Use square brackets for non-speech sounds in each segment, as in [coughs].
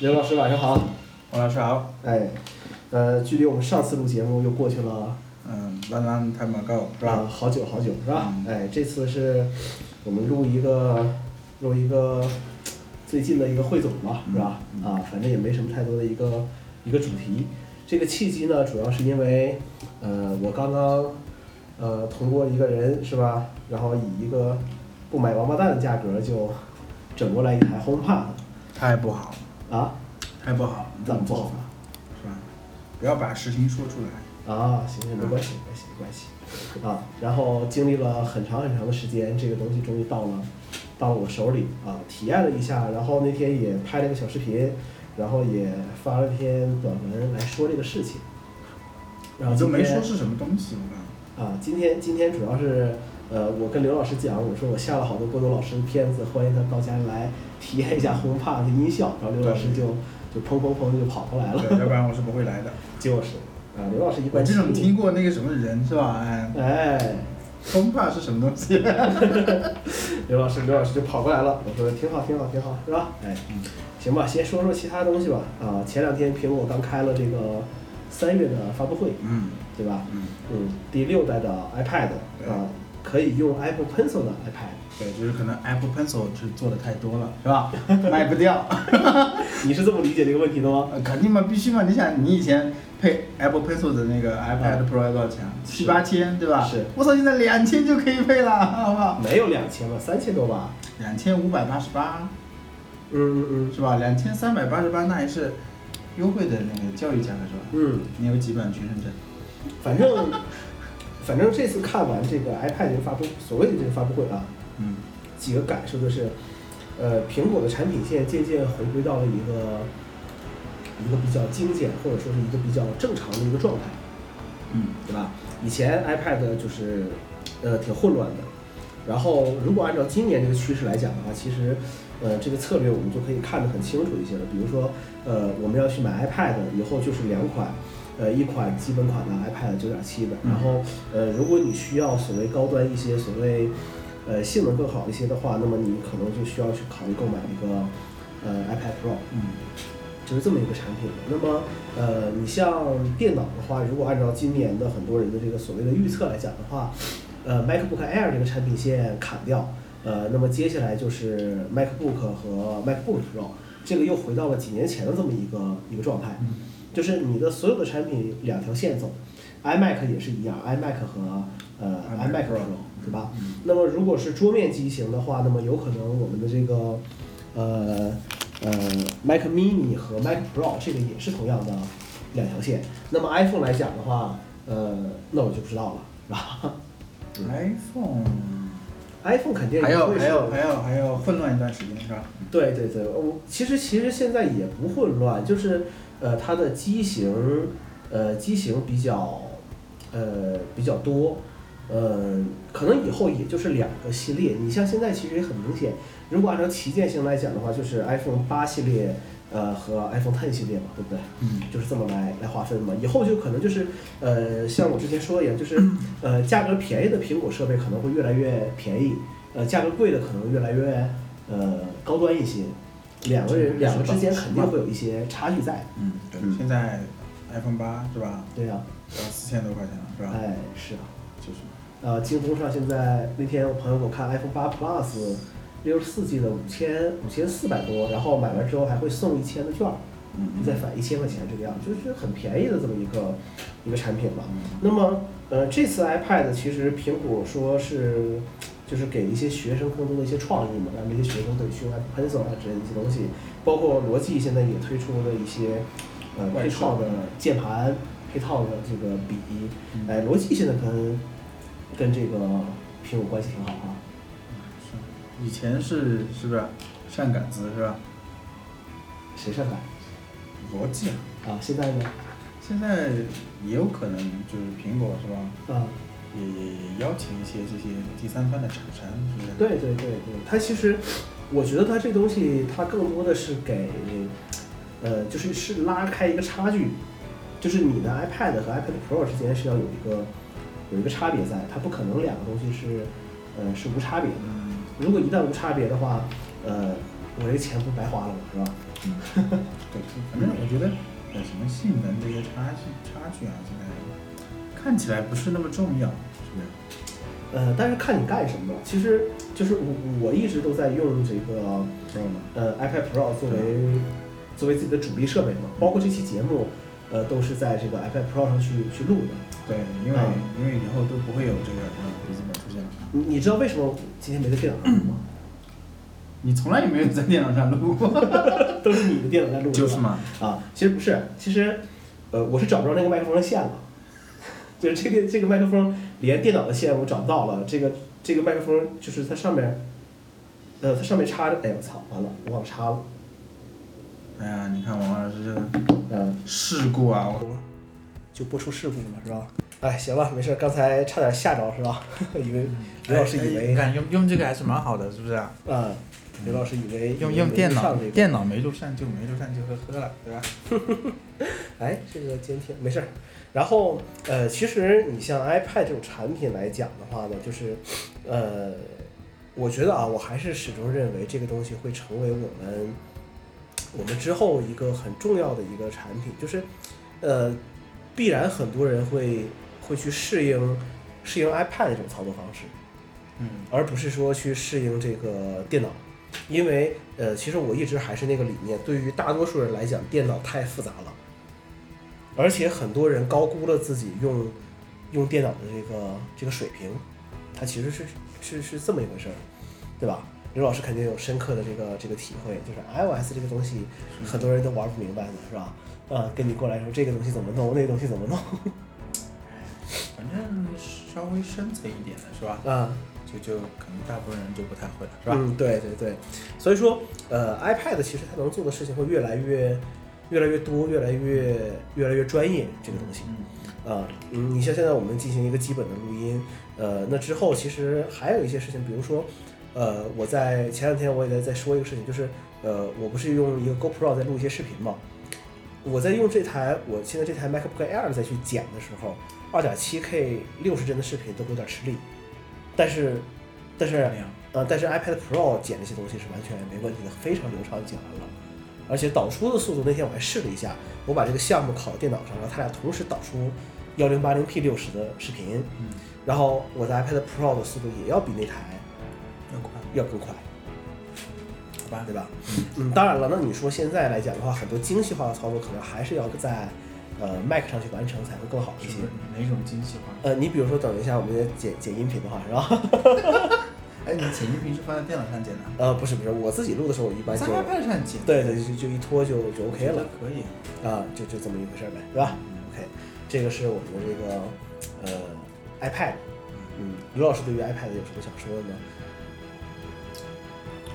刘老师晚上好，王老师好，哎，呃，距离我们上次录节目又过去了嗯，弯弯拍马告是啊吧？好久好久是吧？嗯哎，这次是我们录一个录一个最近的一个汇总吧，是吧？啊，反正也没什么太多的一个一个主题。这个契机呢，主要是因为呃，我刚刚呃通过一个人是吧，然后以一个不买王八蛋的价格就整过来一台 HomePod 太不好，啊，太不好，怎么不好了？是吧？不要把实情说出来。啊，行行，没关系，没关系，没关系。啊，然后经历了很长很长的时间，这个东西终于到了，到了我手里啊，体验了一下，然后那天也拍了个小视频，然后也发了篇短文来说这个事情。然后你就今没天说是什么东西，我告啊，今天今天主要是呃，我跟刘老师讲，我说我下了好多郭冬老师的片子，欢迎他到家来体验一下 HomePod 的音效，然后刘老师就就砰砰砰就跑过来诉 [laughs] 你，对，要了，不然我是不会来的。就是啊，刘老师一我般这种亲听过那个什么人是吧？哎，哎。风怕是什么东西？刘老师，刘老师就跑过来了，我说挺好，挺好，挺好，是吧？哎，行吧，先说说其他东西吧。啊，前两天苹果刚开了这个三月的发布会，嗯对吧？嗯，嗯，第六代的 iPad 对啊，可以用 Apple Pencil 的 iPad，对，就是可能 Apple Pencil 是做的太多了，[laughs] 是吧？卖不掉，你是这么理解这个问题的吗？呃肯定嘛，必须嘛。你想，你以前配 Apple Pencil 的那个 iPad Pro 要多少钱？是七八千，对吧？啊是我操，现在两千就可以配了，好不好？没有两千吧，三千多吧？两千五百八十八。嗯嗯是吧？两千三百八十八那还是优惠的那个教育价格是吧？嗯，你有几版全认证？嗯，反正反正这次看完这个 iPad 这个发布，所谓的这个发布会啊，嗯，几个感受就是，呃，苹果的产品线渐渐回归到了一个一个比较精简，或者说是一个比较正常的一个状态，嗯，对吧？以前 iPad 就是呃挺混乱的，然后如果按照今年这个趋势来讲的话，其实呃这个策略我们就可以看得很清楚一些了。比如说呃我们要去买 iPad 以后就是两款。呃，一款基本款的 iPad 九点七的，然后呃，如果你需要所谓高端一些，所谓呃性能更好一些的话，那么你可能就需要去考虑购买一个呃 iPad Pro。嗯，就是这么一个产品。那么，呃，你像电脑的话，如果按照今年的很多人的这个所谓的预测来讲的话，呃，MacBook Air 这个产品线砍掉，呃，那么接下来就是 MacBook 和 MacBook Pro，这个又回到了几年前的这么一个一个状态，就是你的所有的产品两条线走，iMac 也是一样，iMac 和呃 iMac iMac Pro Pro 对吧嗯？那么如果是桌面机型的话，那么有可能我们的这个呃呃 Mac Mini 和 Mac Pro 这个也是同样的两条线。那么 iPhone 来讲的话，呃，那我就不知道了，是吧 [laughs] iPhone ？iPhone 肯定也还要会还是要还要还要混乱一段时间是吧？对对对，我其实其实现在也不混乱，就是呃它的机型呃机型比较呃比较多，呃可能以后也就是两个系列。你像现在其实也很明显，如果按照旗舰性来讲的话，就是 iPhone 八系列呃和 iPhone Ten 系列嘛，对不对？嗯就是这么来来划分嘛。以后就可能就是呃，像我之前说的一样，就是呃，价格便宜的苹果设备可能会越来越便宜，呃，价格贵的可能越来越呃高端一些。两个人两个之间肯定会有一些差距在。嗯，对，嗯现在 iPhone 八是吧？对呀、要四千多块钱了是吧？哎，是啊。就是呃，京东上现在那天我朋友给我看 iPhone 八 Plus 六十四 G 的五千五千四百多，然后买完之后还会送一千的券儿。嗯再返一千块钱这个样，就是很便宜的这么一个一个产品吧嗯。那么，呃，这次 iPad 其实苹果说是就是给一些学生更多的一些创意嘛，让这些学生可以去用 Apple Pencil 啊之类的一些东西，包括罗技现在也推出了一些呃外配设套的键盘、配套的这个笔。嗯哎，罗技现在跟跟这个苹果关系挺好啊。是以前是是不是上杆子是吧？谁上赶逻辑啊，啊？现在呢？现在也有可能就是苹果是吧？啊，也也也邀请一些这些第三方的厂商是不是？对对对对，它其实，我觉得它这东西它更多的是给，呃，就是是拉开一个差距，就是你的 iPad 和 iPad Pro 之间是要有一个有一个差别在，它不可能两个东西是，呃，是无差别的。嗯，如果一旦无差别的话，呃，我这钱不白花了嘛，是吧？嗯，对，反正我觉得有什么性能的一个差距差距啊，现在看起来不是那么重要，是不是？ [laughs] 呃，但是看你干什么了。其实就是我我一直都在用这个知道吗？呃 iPad Pro 作为作为自己的主力设备嘛，包括这期节目，呃，都是在这个 iPad Pro 上去去录的。对，因为、嗯因为以后都不会有这个什么笔记本出现了。你你知道为什么今天没在电脑上录吗？你从来也没有在电脑上录过， [laughs] 都是你的电脑在录，就是吧嘛，啊，其实不是，其实，呃，我是找不着那个麦克风的线了， [laughs] 就是这个这个麦克风连电脑的线我找不到了，这个这个麦克风就是它上面，呃，它上面插着，哎呦我操，完了，我忘了插了，哎呀，你看王老师这个嗯、事故啊，我就播出事故了是吧？哎，行了，没事，刚才差点吓着是吧？ [laughs] 以为刘老师以为嗯哎看用用这个还是蛮好的，是不是啊？啊，刘老师以为用以为用没电脑上这，个，电脑没录上就没录上就呵呵了，对吧？哎，这个监听没事儿。然后呃，其实你像 iPad 这种产品来讲的话呢，就是呃，我觉得啊，我还是始终认为这个东西会成为我们我们之后一个很重要的一个产品，就是呃，必然很多人会会去适应适应 iPad 这种操作方式。嗯，而不是说去适应这个电脑，因为呃，其实我一直还是那个理念，对于大多数人来讲，电脑太复杂了，而且很多人高估了自己用用电脑的这个这个水平，它其实是是是这么一回事儿，对吧？刘老师肯定有深刻的这个这个体会，就是 iOS 这个东西，很多人都玩不明白的是吧？啊，跟你过来说这个东西怎么弄，那个东西怎么弄反正稍微深层一点的是吧？啊？就就可能大部分人就不太会了，是吧？嗯，对对对，所以说，呃，iPad 其实它能做的事情会越来越、越来越多，越来越、越来越专业这个东西。嗯，啊，嗯，你像现在我们进行一个基本的录音，呃，那之后其实还有一些事情，比如说，呃，我在前两天我也在在说一个事情，就是呃，我不是用一个 GoPro 在录一些视频嘛，我在用这台我现在这台 MacBook Air 再去剪的时候，二点七 K 六十帧的视频都有点吃力，但是，但是这样，呃，但是 iPad Pro 剪这些东西是完全没问题的，非常流畅剪完了。而且导出的速度，那天我还试了一下，我把这个项目拷到电脑上，然后它俩同时导出幺零八零 P 六十的视频，嗯，然后我的 iPad Pro 的速度也要比那台要快，要更快，好吧对？吧？嗯，当然了，那你说现在来讲的话，很多精细化的操作可能还是要在呃 Mac 上去完成才会更好一是些不。是哪种精细化？呃，你比如说，等一下我们剪剪音频的话，是吧？哎，你剪音频是放在电脑上剪的， [laughs] 呃，不是不是，我自己录的时候，我一般就在 iPad 上剪，对对，就就一拖就就 OK 了。可以。啊，就就这么一回事儿呗，是吧？OK，这个是我们的这个呃 iPad，嗯，刘老师对于 iPad 有什么想说的呢？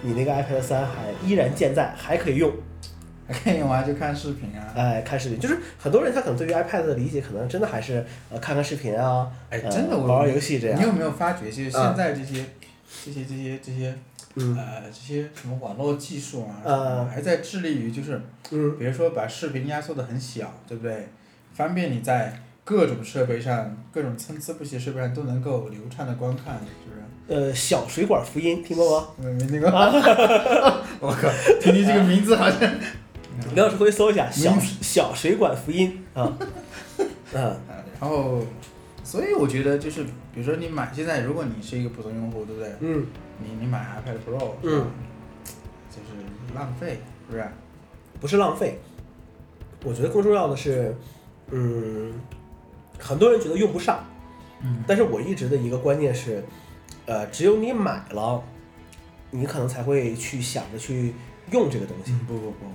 你那个 iPad 三还依然健在，还可以用，还可以用啊，就看视频啊。哎，看视频，就是很多人他可能对于 iPad 的理解，可能真的还是呃看看视频啊，哎，呃真的，我玩玩游戏这你有样，没有发觉，就是嗯现在这些、这些、这些、这些，嗯呃，这些什么网络技术啊，嗯还在致力于就是，嗯比如说把视频压缩的很小，对不对？方便你在各种设备上、各种参差不齐的设备上都能够流畅的观看，是不是？呃小水管福音听过吗？没没那个，我靠，听你这个名字好像，刘老师回去搜一下小嗯小水管福音啊，嗯呃然后，所以我觉得就是，比如说你买现在，如果你是一个普通用户，对不对？嗯你你买 iPad Pro，嗯是吧，就是浪费，是不是？不是浪费，我觉得更重要的是，嗯，很多人觉得用不上，嗯，但是我一直的一个观念是，呃，只有你买了，你可能才会去想着去用这个东西。不不不，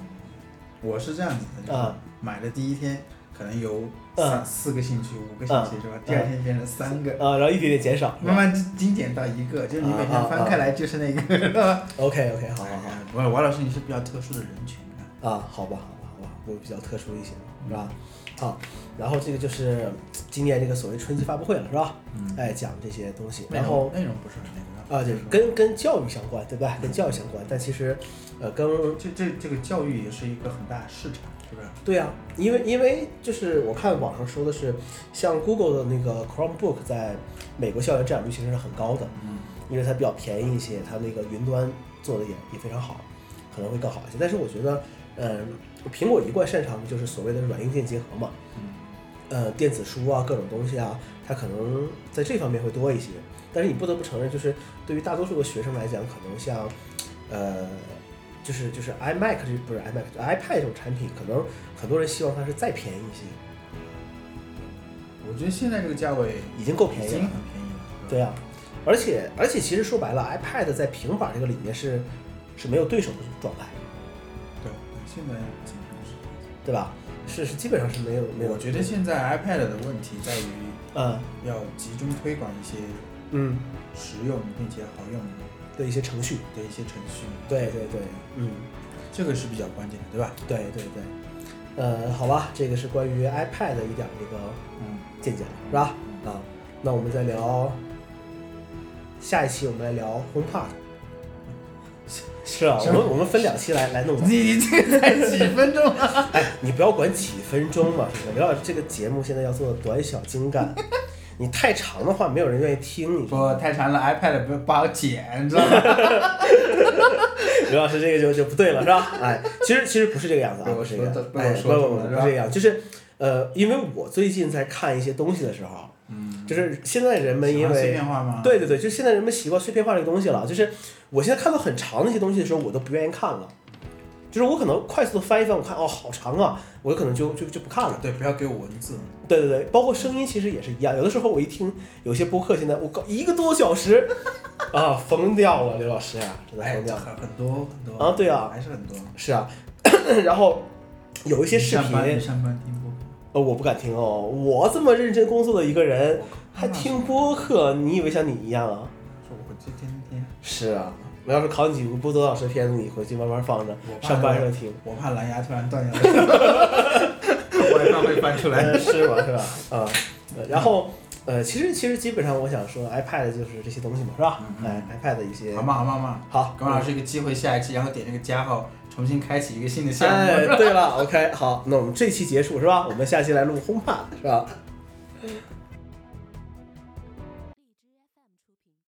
我是这样子的，就是啊买的第一天可能有嗯三四个兴趣，五个兴趣是吧嗯？第二天变成三个，啊，然后一点点减少。慢慢精简到一个，就是你每啊啊天翻开来就是那个。 OK OK，好好哎好呀王王老师，你是比较特殊的人群啊。啊，好吧好吧好吧，我比较特殊一些，是吧？好，然后这个就是今年这个所谓春季发布会了，是吧？嗯哎，讲这些东西，内然后容内容不是很那个啊，就是跟跟教育相关，对吧？跟教育相关，但其实，呃，跟这这这个教育也是一个很大的市场，是不是？对啊，因为因为就是我看网上说的是，像 Google 的那个 Chromebook 在美国校园占有率其实是很高的，嗯，因为它比较便宜一些，它那个云端做的也也非常好，可能会更好一些。但是我觉得，呃，苹果一贯擅长的就是所谓的软硬件结合嘛，嗯呃，电子书啊，各种东西啊，它可能在这方面会多一些。但是你不得不承认，就是对于大多数的学生来讲，可能像，呃，就是就是 iMac 这不是 iMac，就 iPad 这种产品，可能很多人希望它是再便宜一些，我觉得现在这个价位已经够便已宜经了很。便宜了。对啊，而且而且其实说白了，iPad 在平板这个里面是是没有对手的状态，对，现在基本上是对吧？是是基本上是没有没有。我觉得现在 iPad 的问题在于嗯要集中推广一些嗯实用并且好用的一些程序，的一些程序，对对对，嗯这个是比较关键的，对吧？对对对，呃，好吧，这个是关于 iPad 的一点儿这个嗯，见解了，是吧？啊，那我们再聊下一期，我们来聊 HomePod。是 [laughs] 啊，我们我们分两期来来弄吧。 [laughs] 你你这个才几分钟 [laughs] 啊？[laughs] 哎，你不要管几分钟嘛，是不是？刘老师这个节目现在要做的短小精干， [laughs] 你太长的话没有人愿意听，你知道不吗？太长了，iPad 不不好剪，你知道吗？ [laughs] 刘老师这个就就不对了，是 [laughs] 吧？哎，其实其实不是这个样子啊，被我不是这个样说子，被我哎，不说不中不了不是是吧这个样子，就是呃，因为我最近在看一些东西的时候，嗯，就是现在人们喜因欢碎为片化吗？对对对，就现在人们习惯碎片化这个东西了，就是我现在看到很长的一些东西的时候，我都不愿意看了。就是我可能快速的翻一翻，我看哦好长啊，我可能就就就不看了。啊对，不要给我文字，对对对，包括声音其实也是一样。有的时候我一听有些播客，现在我搞一个多小时， [laughs] 啊，疯掉了，刘老师啊，真的哎，疯这掉了。很很多很多啊对啊还是很多。是啊， [coughs] 然后有一些视上班你频，上班听播客，呃，我不敢听哦。我这么认真工作的一个人，我还听播客，你以为像你一样啊？说我这天天，是啊，我要是考你几部波多老师的片子，你回去慢慢放着我，爸上班时候听。我怕蓝牙突然断掉了， [laughs] 我怕会翻出来。呃，是吧？是 [laughs] 吧？啊、呃然后呃，其实其实基本上我想说，iPad 就是这些东西嘛，是吧？嗯哎，iPad 的一些好嘛好嘛好嘛，好给我老师一个机会，下一期然后点这个加号，重新开启一个新的项目。哎，对了，OK，好，那我们这期结束是吧？我们下期来录轰趴是吧？